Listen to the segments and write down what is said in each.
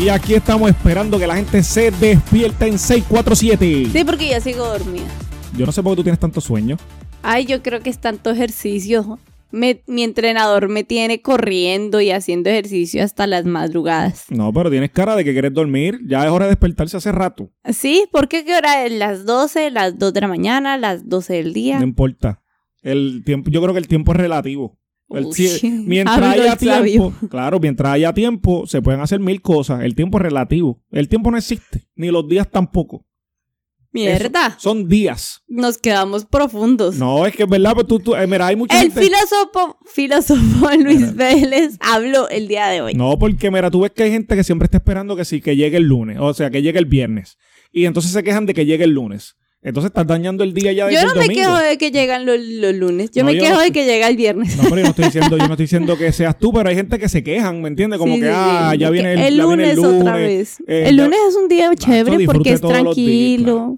Y aquí estamos esperando que la gente se despierta en 647. Sí, porque ya sigo dormida. Yo no sé por qué tú tienes tanto sueño. Ay, yo creo que es tanto ejercicio. Me- mi entrenador me tiene corriendo y haciendo ejercicio hasta las madrugadas. No, pero tienes cara de que quieres dormir. Ya es hora de despertarse hace rato. Sí, porque qué hora es? Las 12, las 2 de la mañana, las 12 del No día. importa. El tiempo, yo creo que el tiempo es relativo. El Uy, tie- mientras hábilo haya el sabio. tiempo, claro, mientras haya tiempo, se pueden hacer mil cosas. El tiempo es relativo. El tiempo no existe, ni los días tampoco. Mierda, Eso- son días. nos quedamos profundos. No, es que es verdad, pero tú, tú- eh, mira, hay mucha El gente- filósofo, filósofo Luis Mira. Vélez habló el día de hoy. No, porque mira, tú ves que hay gente que siempre está esperando que sí, que llegue el lunes, o sea, que llegue el viernes. Y entonces se quejan de que llegue el lunes. Entonces estás dañando el día ya de yo no me domingo. quejo de que llegan los, los lunes, yo No, me yo quejo no- de que llega el viernes. No, pero yo no estoy diciendo, yo no estoy diciendo que seas tú, pero hay gente que se quejan, ¿me entiendes? Como Sí, que, sí, sí. ah, ya viene el, el ya viene lunes el lunes. otra vez. eh, el ya- lunes es un día chévere disfrute porque es todos los días, tranquilo.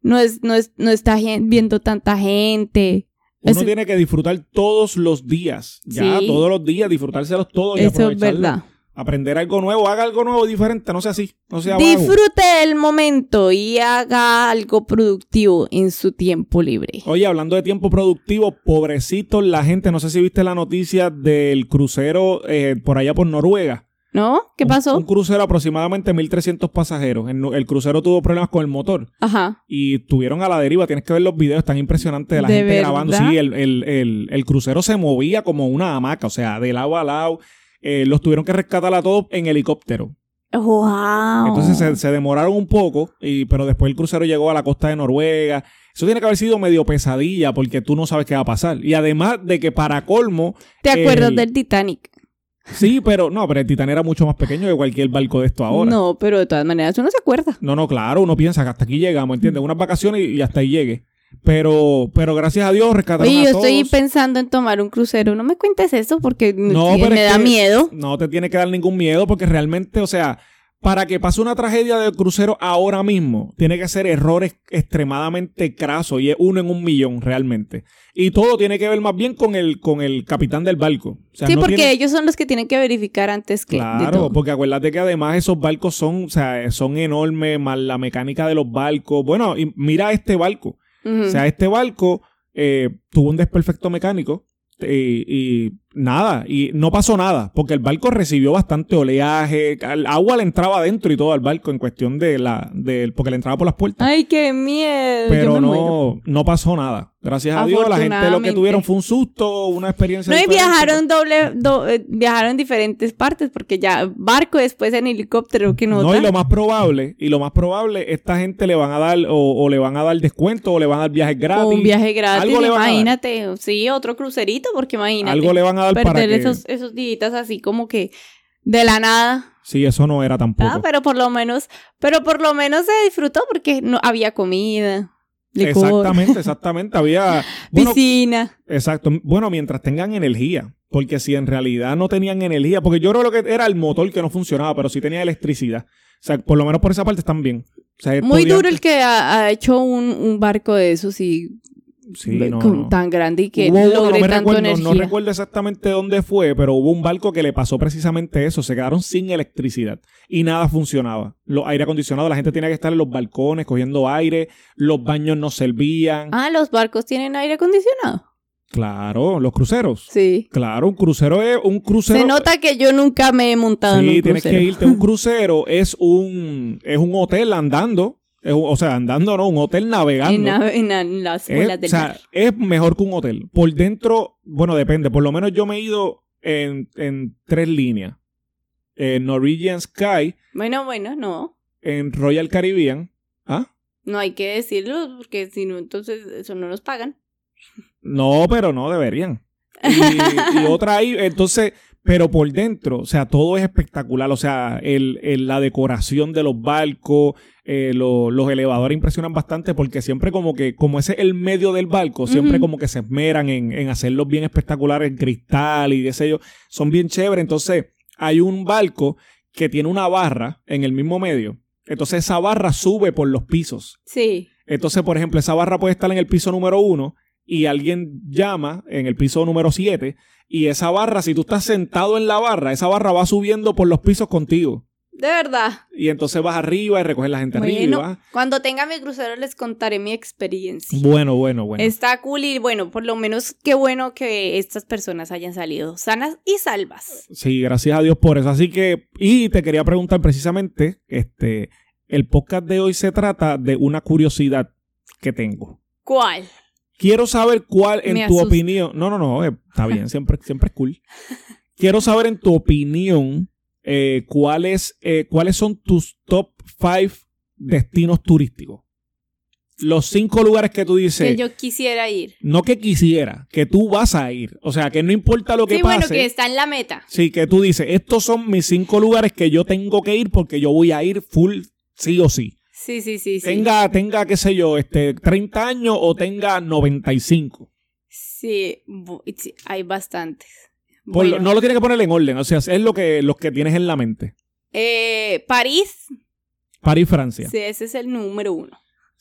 No es, no es, no está gen- viendo tanta gente. Uno Eso- tiene que disfrutar todos los días, ya Sí. todos los días, disfrutárselos todos y Eso es aprovecharlos. verdad. Aprender algo nuevo, haga algo nuevo diferente, no sea así, no sea vago. Disfrute del momento y haga algo productivo en su tiempo libre. Oye, hablando de tiempo productivo, pobrecito la gente, no sé si viste la noticia del crucero eh, por allá por Noruega. ¿No? ¿Qué Un- Un, pasó? crucero aproximadamente 1.300 pasajeros. El, el crucero tuvo problemas con el motor Ajá. y tuvieron a la deriva. Tienes que ver los videos tan impresionantes de la ¿De gente verdad? grabando. Sí, el, el- el- el crucero se movía como una hamaca, o sea, de lado a lado. Eh, los tuvieron que rescatar a todos en helicóptero. Wow. Entonces eh, se, se demoraron un poco, y, pero después el crucero llegó a la costa de Noruega. Eso tiene que haber sido medio pesadilla porque tú no sabes qué va a pasar. Y además de que para colmo, ¿Te acuerdas el- del Titanic? sí, pero no, pero el Titán era mucho más pequeño que cualquier barco de esto ahora. No, pero de todas maneras uno se acuerda. No, no, claro, uno piensa que hasta aquí llegamos, Mm. ¿entiendes? Unas vacaciones y, y hasta ahí llegue. Pero, pero gracias a Dios rescataron Oye, a yo todos. estoy pensando en tomar un crucero. No me cuentes eso porque No, me pero me es da que- miedo. No te tiene que dar ningún miedo porque realmente, o sea, para que pase una tragedia de crucero ahora mismo, tiene que ser errores extremadamente crasos y es uno en un millón realmente. Y todo tiene que ver más bien con el, con el capitán del barco. O sea, sí, no porque tiene- ellos son los que tienen que verificar antes que. de Claro, todo. porque acuérdate que además esos barcos son, o sea, son enormes, más la mecánica de los barcos. Bueno, y mira este barco. Ujú. O sea, este barco eh, tuvo un desperfecto mecánico eh, y nada, y no pasó nada, porque el barco recibió bastante oleaje, al agua le entraba adentro y todo al barco en cuestión de la, del porque le entraba por las puertas. Ay, qué miedo. yo pero me muero. no, no pasó nada. Gracias a Dios, la gente lo que Afortunadamente. tuvieron fue un susto, una experiencia. No, y diferente. viajaron doble, do- eh, viajaron diferentes partes, porque ya barco, después en helicóptero, que no. No, y lo más probable, y lo más probable, esta gente le van a dar, o, o le van a dar descuento, o le van a dar viajes gratis. un viaje gratis, Algo le van a dar. imagínate. Sí, otro crucerito, porque imagínate. Algo le van a dar para perder que... esos, esos días así como que de la nada. Sí, eso no era tampoco. Ah, pero por lo menos, pero por lo menos se disfrutó porque no había comida, licor, Exactamente, exactamente. Había. Bueno, piscina. exacto. Bueno, mientras tengan energía. Porque si en realidad no tenían energía, porque yo creo lo que era el motor que no funcionaba, pero sí tenía electricidad. O sea, por lo menos por esa parte están bien. O sea, Muy podían- duro el que ha, ha hecho un, un barco de esos y Sí, no, con- no. tan grande y que Hubo uno, no, logre me tanto recuerdo, no energía. recuerdo exactamente dónde fue, pero hubo un barco que le pasó precisamente eso. Se quedaron sin electricidad y nada funcionaba. Los aire acondicionado, la gente tenía que estar en los balcones cogiendo aire, los baños no servían. Ah, los barcos tienen aire acondicionado. Claro, los cruceros. Sí. Claro, un crucero es un crucero. Se nota que yo nunca me he montado en Sí, un tienes crucero. que irte. Un crucero es un es un hotel andando, Es un- o sea, andando no, un hotel navegando. en, la- en la- en las es, olas Eh, o del sea, mar. es mejor que un hotel. Por dentro, bueno, depende. Por lo menos yo me he ido en, en tres líneas. En Norwegian Sky, Bueno, bueno, no. en Royal Caribbean. ¿Ah? No hay que decirlo porque si no, entonces eso no nos pagan. No, pero no deberían. Y, y otra ahí, entonces, pero por dentro, o sea, todo es espectacular. O sea, el, el- la decoración de los barcos, eh, lo- los elevadores impresionan bastante porque siempre como que, como ese es el medio del barco, siempre Ujú. como que se esmeran en, en hacerlos bien espectaculares, cristal y qué sé yo. Son bien chéveres. Entonces, hay un barco que tiene una barra en el mismo medio. Entonces, esa barra sube por los pisos. Sí. Entonces, por ejemplo, esa barra puede estar en el piso número uno y alguien llama en el piso número siete Y esa barra, si tú estás sentado en la barra, esa barra va subiendo por los pisos contigo. De verdad. Y entonces vas arriba y recoges la gente arriba. y Bueno, vas- cuando tenga mi crucero les contaré mi experiencia. Bueno, bueno, bueno. Está cool y bueno, por lo menos qué bueno que estas personas hayan salido sanas y salvas. Sí, gracias a Dios por eso. Así que, y te quería preguntar precisamente, este, el podcast de hoy se trata de una curiosidad que tengo. ¿Cuál? Quiero saber cuál, en Me tu asusta. opinión. No, no, no, eh, está bien, siempre, siempre es cool. Quiero saber en tu opinión eh, cuáles, eh, cuáles son tus top 5 destinos turísticos. Los cinco lugares que tú dices, Que yo quisiera ir. no que quisiera, que tú vas a ir. O sea, que no importa lo que Sí, pase. bueno, que está en la meta. Sí, que tú dices, estos son mis cinco lugares que yo tengo que ir porque yo voy a ir full sí o sí. Sí, sí, sí, sí. Tenga, tenga, qué sé yo, este, 30 años o tenga 95. Sí, bu- sí, hay bastantes. Por lo- Bueno, no lo tienes que poner en orden, o sea, es lo que, los que tienes en la mente. eh, París, París, Francia. Sí, sí, ese es el número uno.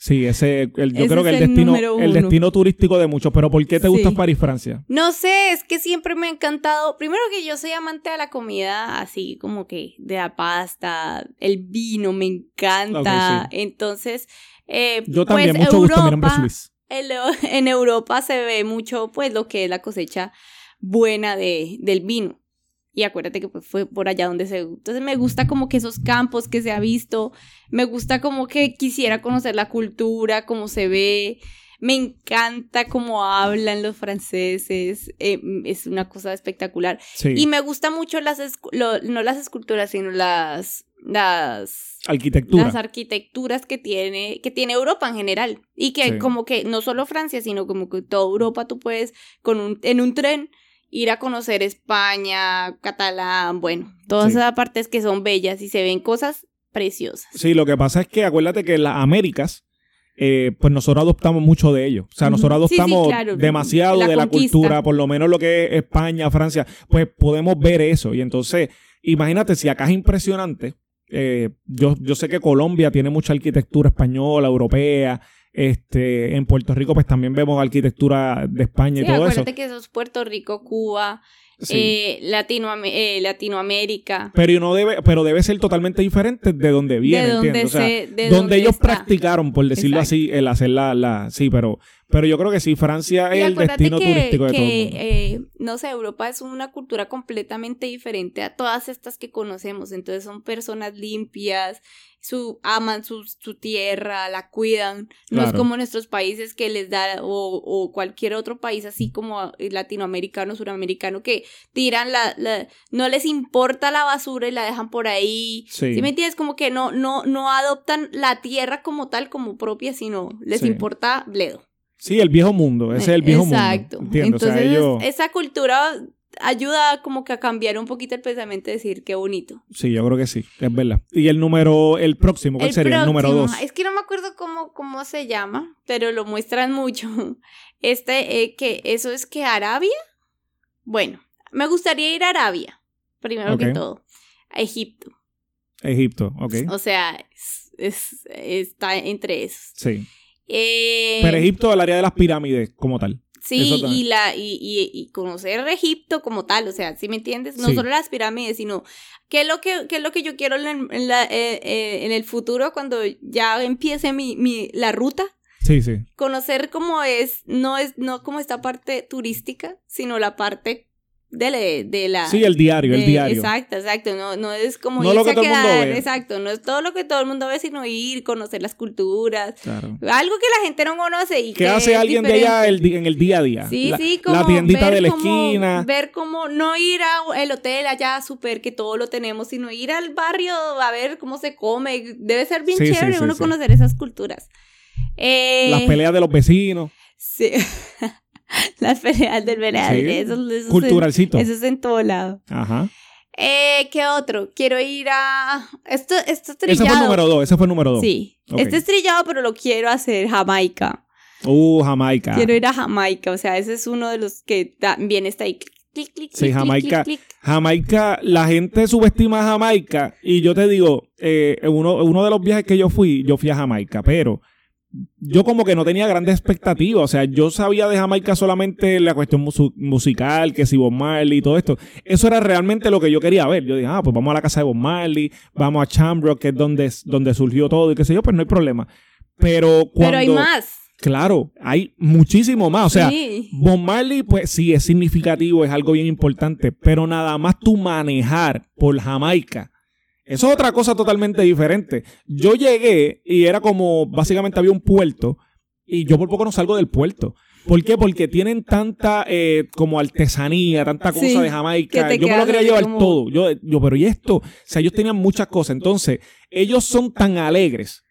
ese, el- yo Ese creo que es el el destino, número el uno. destino turístico de muchos. Pero ¿por qué te gusta Sí. París, Francia? No sé, es que siempre me ha encantado. Primero que yo soy amante de la comida, así como que de la pasta, el vino me encanta. Ok, Entonces, eh, Yo pues también, mucho gusto, mi nombre es Europa- Luis. el- en Europa se ve mucho pues lo que es la cosecha buena de, del vino. Y acuérdate que pues, fue por allá donde se... Entonces me gusta como que esos campos que se ha visto, me gusta como que quisiera conocer la cultura, cómo se ve, me encanta cómo hablan los franceses, eh, es una cosa espectacular. Sí. Y me gusta mucho las... escu- lo- no las esculturas, sino las... las Arquitectura. las arquitecturas que tiene, que tiene Europa en general. Y que Sí. como que no solo Francia, sino como que toda Europa tú puedes con un, en un tren ir a conocer España, Catalán, bueno, todas Sí. esas partes que son bellas y se ven cosas preciosas. Sí, lo que pasa es que acuérdate que las Américas, eh, pues nosotros adoptamos mucho de ellos. O sea, Ujú. nosotros Sí, sí, adoptamos claro. demasiado La de la conquista. cultura, por lo menos lo que es España, Francia, pues podemos ver eso. Y entonces, imagínate, si acá es impresionante, eh, yo, yo sé que Colombia tiene mucha arquitectura española, europea. Este, en Puerto Rico, pues también vemos arquitectura de España Sí, y todo eso. acuérdate que eso es Puerto Rico, Cuba, Sí. eh, Latinoam- eh, Latinoamérica. pero no debe, pero debe ser totalmente diferente de donde viene, de donde, ¿entiendes? O sea, se- de donde, donde ellos está. practicaron, por decirlo Exacto. así, el hacer la, la- Sí, pero, pero yo creo que sí, Francia Y es el acuérdate destino que, turístico de que, todo el mundo. eh, no sé, Europa es una cultura completamente diferente a todas estas que conocemos. Entonces son personas limpias, su, aman su, su tierra, la cuidan. No es Claro. como nuestros países que les da, o, o cualquier otro país así como eh, latinoamericano, suramericano, que tiran la, la- no les importa la basura y la dejan por ahí. Sí. ¿Sí me entiendes? Como que no, no, no adoptan la tierra como tal, como propia, sino les Sí. importa bledo. Sí, el viejo mundo. Ese es el viejo Exacto. mundo. ¿entiendes? O sea, Entonces, ellos- esa cultura ayuda como que a cambiar un poquito el pensamiento y decir qué bonito. Sí, yo creo que sí, es verdad. Y el número, el próximo, ¿cuál El sería? El número próximo, dos. Es que no me acuerdo cómo, cómo se llama, pero lo muestran mucho. Este, eh, que eso es que Arabia. Bueno, me gustaría ir a Arabia, primero Ok. que todo. A Egipto. Egipto, ok. O sea, es- es- está entre esos. Sí. Eh, Pero Egipto, el área de las pirámides, como tal. Eso Sí, también. y, la, y, y- y conocer Egipto como tal, o sea, ¿sí me entiendes? No Sí. solo las pirámides, sino qué es lo que, qué es lo que yo quiero en, en la- eh, eh, en el futuro cuando ya empiece mi, mi, la ruta. Sí, sí. Conocer cómo es, no es, no como esta parte turística, sino la parte de, la- de la... Sí, el diario, el de- diario. Eh, Exacto, exacto. No, no es como No lo irse que a todo el mundo quedar, ve. exacto. No es todo lo que todo el mundo ve, sino ir, conocer las culturas. Claro. Algo que la gente no conoce y ¿Qué que hace es alguien de diferente. allá el di- en el día a día? Sí, La- sí, como La tiendita ver de la cómo- esquina. Ver cómo no ir al hotel allá super que todo lo tenemos, sino ir al barrio a ver cómo se come. Debe ser bien Sí, sí, chévere sí, uno sí. conocer esas culturas. Eh, Las peleas de los vecinos. sí. Las peleas del verano. Sí. Eso, eso Culturalcito. Es en, eso es en todo lado. Ajá. Eh, ¿Qué otro? Quiero ir a... Esto, esto Ese es trillado. fue el número dos. Ese fue el número dos. Sí. Ok. Este es trillado, pero lo quiero hacer. Jamaica. Uh, Jamaica. Quiero ir a Jamaica, o sea, ese es uno de los que también está ahí. Clic, clic, clic, Sí, clic, Jamaica. clic, clic. Jamaica, la gente subestima a Jamaica y yo te digo, eh, uno, uno de los viajes que yo fui, yo fui a Jamaica, pero yo como que no tenía grandes expectativas. O sea, yo sabía de Jamaica solamente la cuestión musu- musical, que si Bob Marley y todo esto. Eso era realmente lo que yo quería ver. Yo dije, ah, pues vamos a la casa de Bob Marley, vamos a Chambrock, que es donde, donde surgió todo y qué sé yo, pues no hay problema. Pero cuando... Pero hay más. Claro, hay muchísimo más. O sea, sí. Bob Marley, pues sí, es significativo, es algo bien importante, pero nada más tu manejar por Jamaica. Eso es otra cosa totalmente diferente. Yo llegué y era como, básicamente había un puerto y yo por poco no salgo del puerto. ¿Por qué? Porque tienen tanta eh, como artesanía, tanta cosa Sí, de Jamaica. que te Yo me lo quedas quería así llevar como- todo. Yo, yo, pero ¿y esto? O sea, ellos tenían muchas cosas. Entonces, ellos son tan alegres.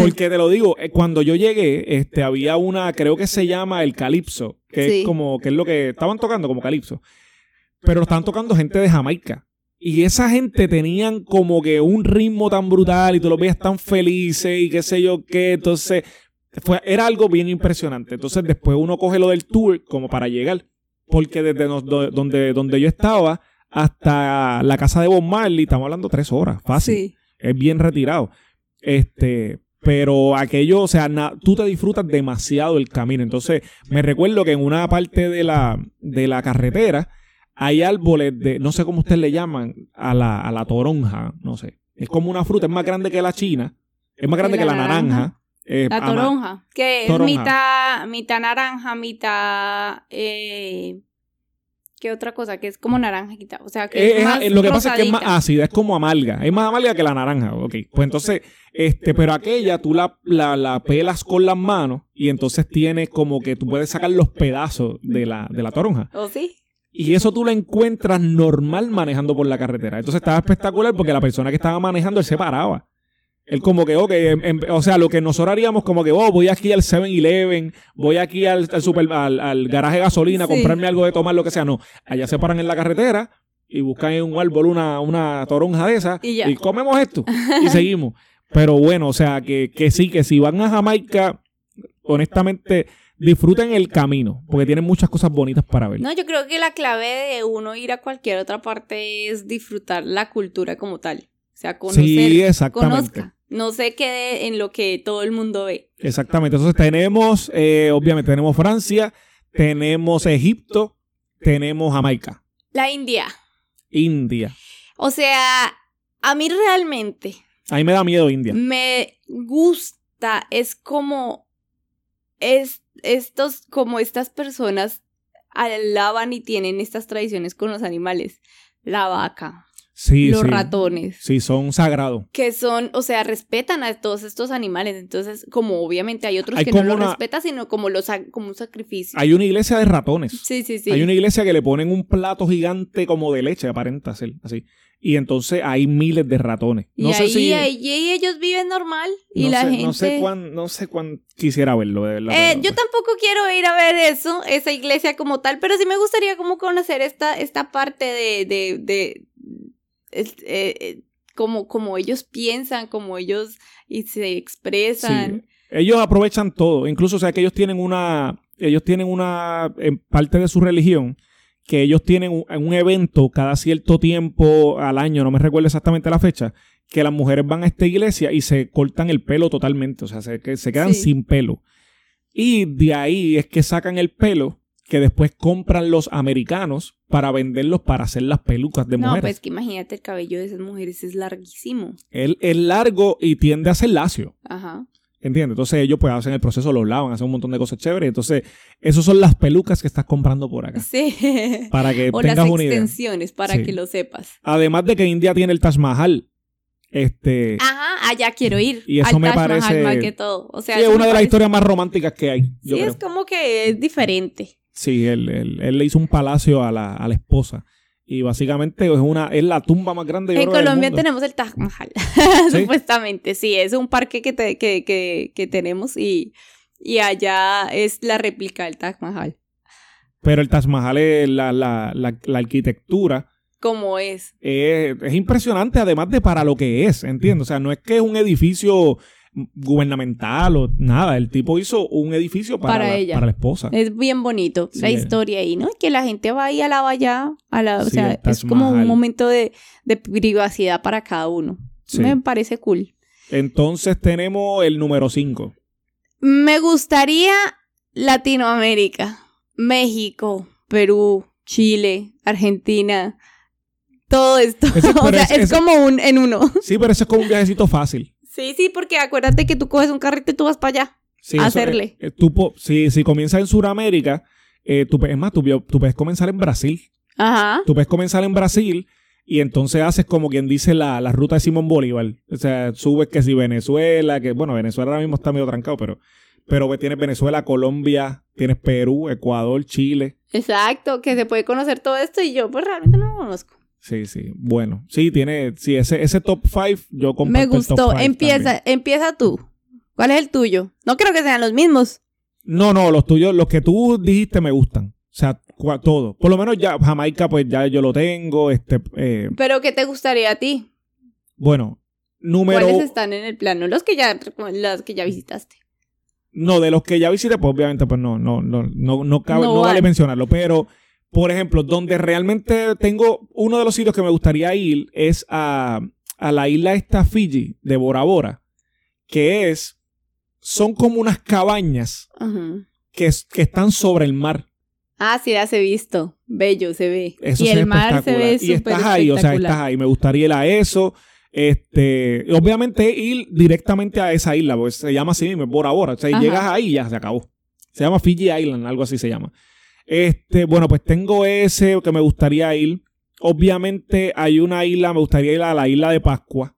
Porque te lo digo, eh, cuando yo llegué, este, había una, creo que se llama el calipso, que Sí. es como, que es lo que estaban tocando como calipso. Pero estaban tocando gente de Jamaica. Y esa gente tenían como que un ritmo tan brutal y tú los veías tan felices y qué sé yo qué. Entonces, fue, era algo bien impresionante. Entonces, después uno coge lo del tour como para llegar. Porque desde nos- do- donde, donde yo estaba hasta la casa de Bob Marley, estamos hablando tres horas, fácil Sí. es bien retirado. Este, pero aquello, o sea, na- tú te disfrutas demasiado el camino. Entonces, me recuerdo que en una parte de la, de la carretera hay árboles de, no sé cómo ustedes le llaman, a la, a la toronja, no sé. Es como una fruta, es más grande que la china, es más grande la que la naranja. naranja. eh, La ama- toronja, que Toronja. es mitad, mitad naranja, mitad... Eh, ¿Qué otra cosa? Que es como naranja, o sea, que es, Eh, es- más eh, lo que pasa es que es más rosadita. ácida, es como amarga. Es más amarga que la naranja, ok. Pues entonces, este, pero aquella tú la, la, la pelas con las manos y entonces tienes como que tú puedes sacar los pedazos de la, de la toronja. ¿O sí? Y eso tú la encuentras normal manejando por la carretera. Entonces estaba espectacular porque la persona que estaba manejando, él se paraba. Él como que, ok, em- em- o sea, lo que nosotros haríamos como que, oh, voy aquí al 7-Eleven, voy aquí al, al, super, al, al garaje de gasolina a Sí. comprarme algo de tomar, lo que sea. No, allá se paran en la carretera y buscan en un árbol una, una toronja de esa Y ya. y comemos esto y seguimos. Pero bueno, o sea, que, que sí, que si van a Jamaica, honestamente, disfruten el camino porque tienen muchas cosas bonitas para ver. No, yo creo que la clave de uno ir a cualquier otra parte es disfrutar la cultura como tal. O sea, conocer, sí, exactamente. conozca. No se quede en lo que todo el mundo ve. Exactamente. Entonces tenemos, eh, obviamente, tenemos Francia, tenemos Egipto, tenemos Jamaica, La India. India. O sea, a mí realmente A mí me da miedo Mm, India. Me gusta, es como es, estos, como estas personas alaban y tienen estas tradiciones con los animales. La vaca, Sí, los sí. ratones, Sí, son sagrados. que son, o sea, respetan a todos estos animales. Entonces, como obviamente hay otros Hay que no como los una- respetan, sino como los sa- como un sacrificio. Hay una iglesia de ratones. Sí, sí, sí. Hay una iglesia que le ponen un plato gigante como de leche, aparenta ser así. Y entonces hay miles de ratones. No y sé ahí, si. ahí ellos viven normal y no, la sé, gente. no sé cuán, no sé cuán quisiera verlo, de verdad. Eh, pero- yo tampoco quiero ir a ver eso, esa iglesia como tal, pero sí me gustaría como conocer esta, esta parte de, de, de es- eh, eh, como, como ellos piensan, como ellos y se expresan. Ellos aprovechan todo. Incluso, o sea, que ellos tienen una. Ellos tienen una. En parte de su religión. Que ellos tienen un, un evento cada cierto tiempo al año, no me recuerdo exactamente la fecha. Que las mujeres van a esta iglesia y se cortan el pelo totalmente. O sea, se, que se quedan Sí. sin pelo. Y de ahí es que sacan el pelo que después compran los americanos para venderlos para hacer las pelucas de no, mujeres. pues que imagínate el cabello de esas mujeres es larguísimo. Él es largo y tiende a ser lacio. Ajá. ¿Entiendes? Entonces ellos pues hacen el proceso, lo lavan, hacen un montón de cosas chéveres. Entonces, esas son las pelucas que estás comprando por acá. Sí. Para que o las tengas una idea. extensiones para Sí. que lo sepas. Además de que India tiene el Taj Mahal. Este. Ajá, allá quiero ir. Y eso al me Taj Mahal parece- más que todo. Ah, O sea, sí, es eso una me de las parece- historias más románticas que hay. Yo Sí, creo. es como que es diferente. Sí, él, él- él le hizo un palacio a la, a la esposa. Y básicamente es una, es la tumba más grande yo En creo, del Colombia mundo. tenemos el Taj Mahal, ¿Sí? supuestamente, sí, es un parque que, te- que, que, que tenemos y, y allá es la réplica del Taj Mahal, Pero el Taj Mahal es la, la- la- la arquitectura. como es. es, es impresionante, además de para lo que es, entiendo. O sea, no es que es un edificio gubernamental o nada. El tipo hizo un edificio para, Para la, ella. Eh, para la esposa. Es bien bonito la Ah. Sí. historia ahí, ¿no? Que la gente va y alaba allá, a la, o Sí, sea, el Taj es como Mahal. un momento de, de privacidad para cada uno. Sí. Me parece cool. Entonces tenemos el número 5. Me gustaría Latinoamérica, México, Perú, Chile, Argentina, todo esto. Ese- o pero sea, es- es ese- como un en uno. Sí, pero eso es como un viajecito fácil. Sí, sí, porque acuérdate que tú coges un carrito y tú vas para allá. Sí, eso es- Hacerle. eh, tú po- si, si comienzas en Sudamérica, eh, tú, pe- es más, tú, vio- tú puedes comenzar en Brasil. Ajá. Tú puedes comenzar en Brasil y entonces haces como quien dice la, la ruta de Simón Bolívar. O sea, subes que si Venezuela, que bueno, Venezuela ahora mismo está medio trancado, pero, pero tienes Venezuela, Colombia, tienes Perú, Ecuador, Chile. Exacto, que se puede conocer todo esto y yo pues realmente no lo conozco. Sí, sí. Bueno, sí, tiene, sí, ese, ese top 5 yo comparto Me el top gustó. five también. Empieza, empieza tú. ¿Cuál es el tuyo? No creo que sean los mismos. No, no, los tuyos, los que tú dijiste me gustan. O sea, cua- todo. Por lo menos ya Jamaica, pues ya yo lo tengo. Este, eh, Pero ¿qué te gustaría a ti? bueno, número ¿Cuáles están en el plano? Los que ya, las que ya visitaste. No, de los que ya visité, pues obviamente, pues no, no, no, no, no, cabe- No no vale vale. mencionarlo. Pero, por ejemplo, donde realmente tengo uno de los sitios que me gustaría ir es a, a la isla esta Fiji de Bora Bora, que es, son como unas cabañas Ajá. que, es- que están sobre el mar. Ah, sí, las he visto. Bello, se ve. Eso y se ve el mar se espectacular. ve Y súper estás ahí, o sea, estás ahí. Me gustaría ir a eso. Este, obviamente ir directamente a esa isla, porque se llama así mismo, Bora Bora. O sea, Ajá. llegas ahí y ya se acabó. Se llama Fiji Island, algo así se llama. Este, bueno, pues tengo ese que me gustaría ir. Obviamente hay una isla, me gustaría ir a la isla de Pascua,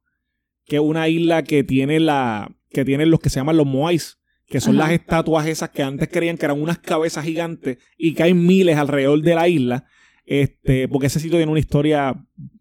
que es una isla que tiene la, que tienen los que se llaman los Moais, que son Ajá. las estatuas esas que antes creían que eran unas cabezas gigantes y que hay miles alrededor de la isla. Este, porque ese sitio tiene una historia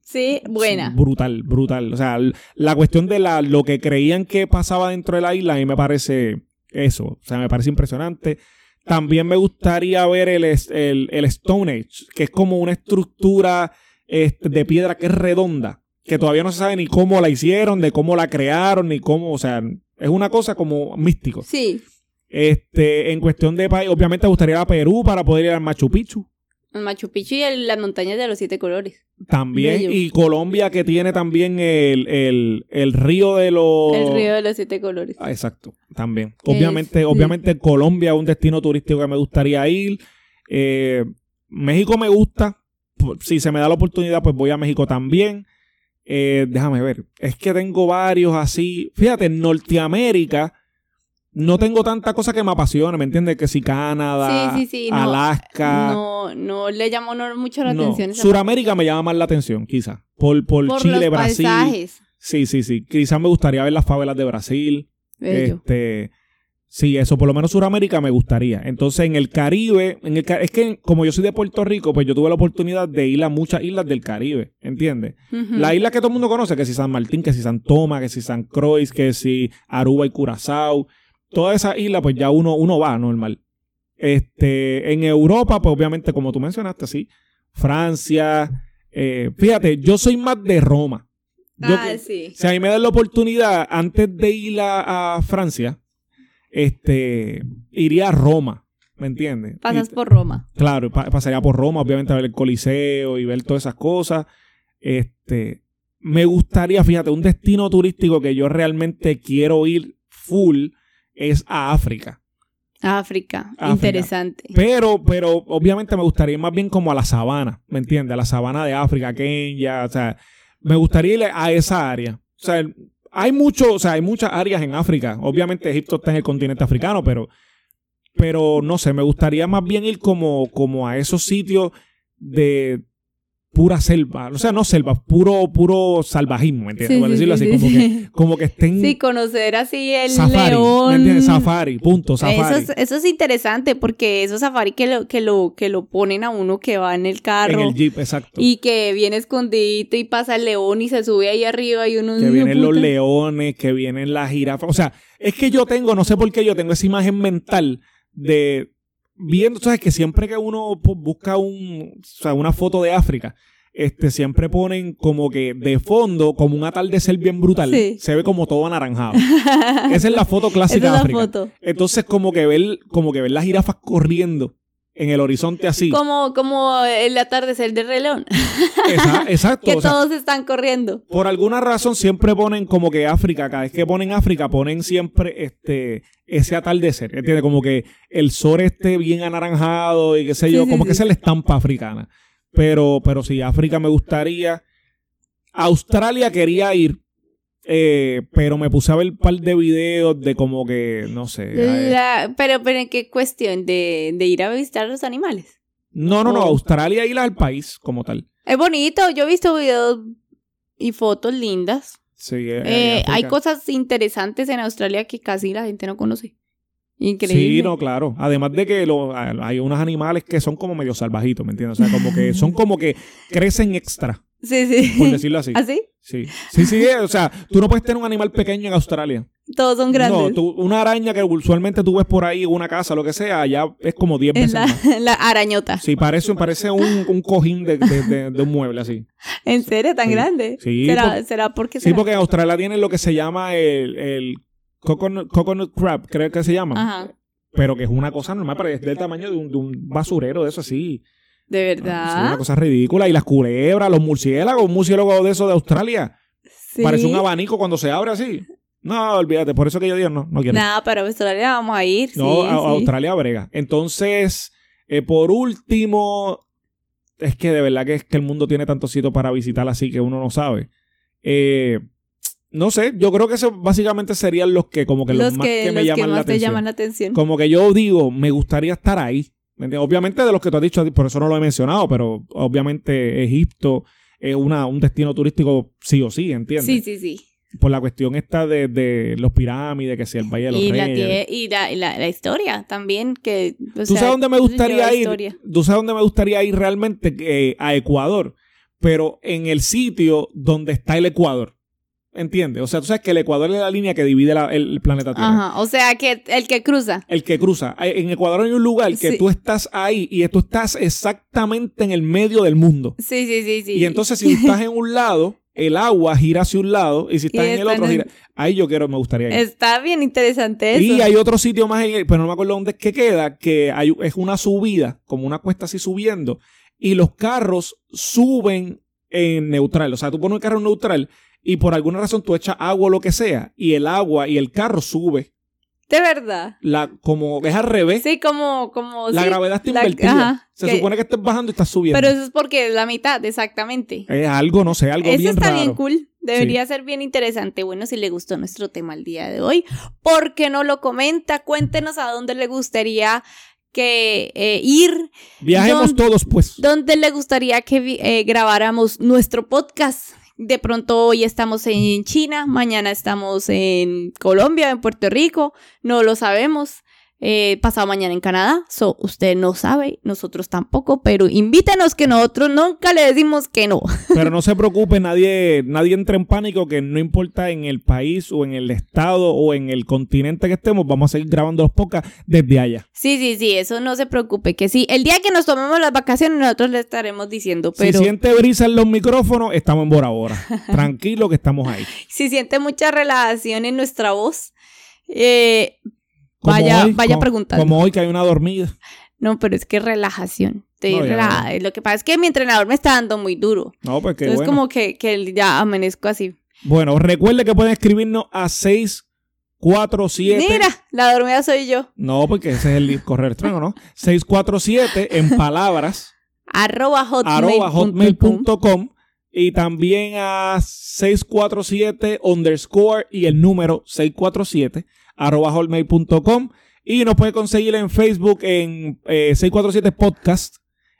Sí, buena. brutal, brutal. O sea, l- la cuestión de la, lo que creían que pasaba dentro de la isla, a mí me parece eso. O sea, me parece impresionante. También me gustaría ver el, es- el, el Stone Age, que es como una estructura este, de piedra que es redonda, que todavía no se sabe ni cómo la hicieron, de cómo la crearon, ni cómo, o sea, es una cosa como místico. Sí. Este, en cuestión de país, obviamente me gustaría ir a Perú para poder ir al Machu Picchu. El Machu Picchu y el- las montañas de los siete colores. También, Bello. y Colombia que tiene también el, el- el río de los... El río de los siete colores. Ah, exacto, también. Que es- Obviamente, obviamente Colombia es un destino turístico que me gustaría ir. Eh, México me gusta. Por- Si se me da la oportunidad, pues voy a México también. Eh, déjame ver. Es que tengo varios así. Fíjate, en Norteamérica no tengo tanta cosa que me apasione, ¿me entiendes? Que si Canadá, Sí, sí, sí, no. Alaska. No, no le llamó no- mucho la No, atención. esa Suramérica me llama más la atención, quizás. Por, por, parte. Por Chile, los Brasil. paisajes. Sí, sí, sí. Quizás me gustaría ver las favelas de Brasil. Bello. Este, sí, eso, por lo menos Suramérica me gustaría. Entonces, en el Caribe, en el, Ca- es que como yo soy de Puerto Rico, pues yo tuve la oportunidad de ir a muchas islas del Caribe, ¿entiendes? Ujú. Las islas que todo el mundo conoce, que si San Martín, que si San Tomás, que si San Croix, que si Aruba y Curazao, todas esas islas, pues ya uno, uno va normal. Este, en Europa, pues obviamente, como tú mencionaste, sí, Francia, eh, fíjate, yo soy más de Roma. Yo ah, que- sí. si a mí me dan la oportunidad, antes de ir a, a Francia, este, iría a Roma, ¿me entiendes? Pasas Y- por Roma. Claro, pa- pasaría por Roma, obviamente, a ver el Coliseo y ver todas esas cosas. Este, me gustaría, fíjate, un destino turístico que yo realmente quiero ir full es a África. África. África. Interesante. Pero, pero obviamente me gustaría ir más bien como a la sabana, ¿me entiendes? A la sabana de África, Kenia, o sea, me gustaría ir a esa área. O sea, hay mucho, o sea, hay muchas áreas en África. Obviamente Egipto está en el continente africano, pero, pero no sé, me gustaría más bien ir como, como a esos sitios de pura selva, o sea, no selva, puro, puro salvajismo, ¿me entiendes? Sí, Por sí, decirlo sí, así, sí, como, que, sí. como que estén Sí, conocer así el safari, león. ¿me entiendes? Safari, punto, safari. Eso es, eso es interesante porque esos safari que lo, que lo, que lo ponen a uno que va en el en carro el jeep, exacto. y que viene escondidito y pasa el león y se sube ahí arriba y uno que "Hijo vienen los puta". leones, que vienen las jirafas. O sea, es que yo tengo, no sé por qué yo tengo esa imagen mental de viendo, sabes que siempre que uno pu- busca un, o sea, una foto de África, este, siempre ponen como que de fondo, como un atardecer bien brutal. Sí. Se ve como todo anaranjado. esa es la foto Esa clásica es de la África. foto. Entonces, como que ver, como que ver las jirafas corriendo. en el horizonte así. Como, como el atardecer de relón, Esa- exacto. que o sea, todos están corriendo. por alguna razón siempre ponen como que África, cada vez que ponen África, ponen siempre este ese atardecer, ¿entiendes? Como que el sol esté bien anaranjado y qué sé Sí, yo, sí, como que sí. esa es la estampa africana. Pero, pero sí, África me gustaría. Australia quería ir, eh, pero me puse a ver un par de videos de como que, no sé. eh, La- pero, pero ¿en qué cuestión? ¿De, de ir a visitar los animales? No, no, no, Oh. Australia ir al país como tal. Es bonito, yo he visto videos y fotos lindas. Sí, eh, Eh, África. hay cosas interesantes en Australia que casi la gente no conoce. Increíble. Sí, no, claro. Además de que lo- hay unos animales que son como medio salvajitos, ¿me entiendes? O sea, como que son como que crecen extra, Sí, sí. por decirlo así. ¿Así? Sí, sí, sí. eh, O sea, tú no puedes tener un animal pequeño en Australia. Todos son grandes. No, tú- una araña que usualmente tú ves por ahí en una casa, lo que sea, allá es como 10 en veces la, más. la arañota. Sí, parece, parece un, un cojín de, de- de- de un mueble así. ¿En serio tan Sí. grande? Sí, ¿Será, porque- será porque Sí, será? porque en Australia tienen lo que se llama el, el coconut, coconut crab, creo que se llama. Ajá. Pero que es una cosa normal, pero es del tamaño de un, de un basurero de eso así. Ah, De Sí, una verdad. cosa ridícula. Y las culebras, los murciélagos, un murciélago de eso de Australia. Sí. Parece un abanico cuando se abre así. No, olvídate. Por eso que yo digo, no, no quiero. Nada, pero a Australia vamos a ir. no, sí, a, a sí. Australia brega. Entonces, eh, por último, es que de verdad que es que el mundo tiene tantos sitios para visitar así que uno no sabe. Eh, no sé, yo creo que esos básicamente serían los que como que los, Los más que, que, me los llaman que la más te atención. llaman la atención. Como que yo digo, me gustaría estar ahí. ¿me entiendes? Obviamente de los que tú has dicho, por eso no lo he mencionado, pero obviamente Egipto es una, un destino turístico sí o sí, ¿entiendes? Sí, sí, sí. Por la cuestión esta de, de los pirámides, que si el Valle de los Y, la, Reyes. tie- y la, y la- la historia también. Que, o ¿Tú sea, sabes dónde me lleva gustaría historia. ir? ¿Tú sabes dónde me gustaría ir realmente? Eh, a Ecuador. Pero en el sitio donde está el Ecuador. ¿Entiendes? O sea, tú sabes que el Ecuador es la línea que divide la- el, el planeta Tierra. Ajá. O sea, que el que cruza. El que cruza. Eh, En Ecuador hay un lugar que Sí. tú estás ahí y tú estás exactamente en el medio del mundo. Sí, sí, sí, sí. Y entonces, si estás en un lado, el agua gira hacia un lado y si estás Y en el están otro, en- gira. Ahí yo quiero, me gustaría ir. Está bien interesante eso. Y hay otro sitio más, en el- pero no me acuerdo dónde es que queda, que hay, es una subida, como una cuesta así subiendo, y los carros suben en neutral. O sea, tú pones el carro en neutral y por alguna razón tú echas agua o lo que sea, y el agua y el carro sube. De verdad. La, como es al revés. Sí, como, como ¿Eh? La sí, gravedad está la- invertida. ajá, se que- supone que estás bajando y estás subiendo. Pero eso es porque es la mitad, exactamente. Es algo, no sé, algo Eso bien está raro. bien cool. Debería ser bien interesante. Bueno, si le gustó nuestro tema el día de hoy, ¿por qué no lo comenta? Cuéntenos a dónde le gustaría que eh, ir, Viajemos ¿Dónde- todos, pues. dónde le gustaría que vi- eh, grabáramos nuestro podcast. De pronto hoy estamos en China, mañana estamos en Colombia, en Puerto Rico, no lo sabemos. Eh, pasado mañana en Canadá, so usted no sabe, nosotros tampoco, pero invítanos que nosotros nunca le decimos que no. Pero no se preocupe, nadie, nadie entre en pánico que no importa en el país o en el estado o en el continente que estemos, vamos a seguir grabando los podcasts desde allá. Sí, sí, sí, eso no se preocupe, que sí. El día que nos tomemos las vacaciones nosotros le estaremos diciendo, pero Si siente brisa en los micrófonos, estamos en Bora Bora. Tranquilo que estamos ahí. si siente mucha relajación en nuestra voz, eh, Como vaya, hoy, vaya como- preguntando. Como hoy que hay una dormida. No, pero es que relajación. Estoy No, ya, relajada. Lo que pasa es que mi entrenador me está dando muy duro. No, pues qué Entonces bueno. como que, que ya amanezco así. Bueno, recuerde que pueden escribirnos a 647. Mira, la dormida soy yo. No, porque ese es el correo electrónico, ¿no? 647 en palabras, Arroba hotmail. arroba punto hotmail.com com. y también a 647 underscore y el número 647 arroba hotmail.com y nos puede conseguir en Facebook en eh, 647 podcast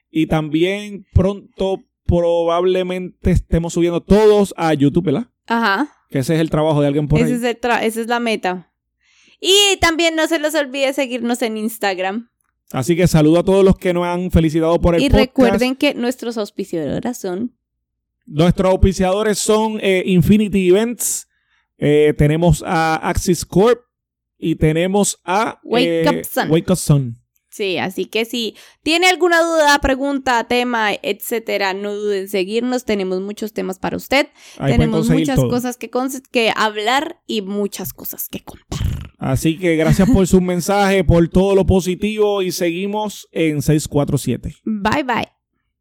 y también pronto probablemente estemos subiendo todos a YouTube, ¿verdad? Ajá. Que ese es el trabajo de alguien por ahí. Ese es el tra- esa es la meta. Y también no se les olvide seguirnos en Instagram. Así que saludo a todos los que nos han felicitado por el Y podcast. recuerden que nuestros auspiciadores son Nuestros auspiciadores son eh, Infinity Events, eh, tenemos a Axis Corp y tenemos a Wake eh, Up Sun. Wake Up Sun. Sí, así que si tiene alguna duda, pregunta, tema, etcétera, no duden en seguirnos. Tenemos muchos temas para usted. Ahí pueden Tenemos conseguir muchas todo. cosas que, cons- que hablar y muchas cosas que contar. Así que gracias por sus mensajes, por todo lo positivo y seguimos en 647. Bye bye.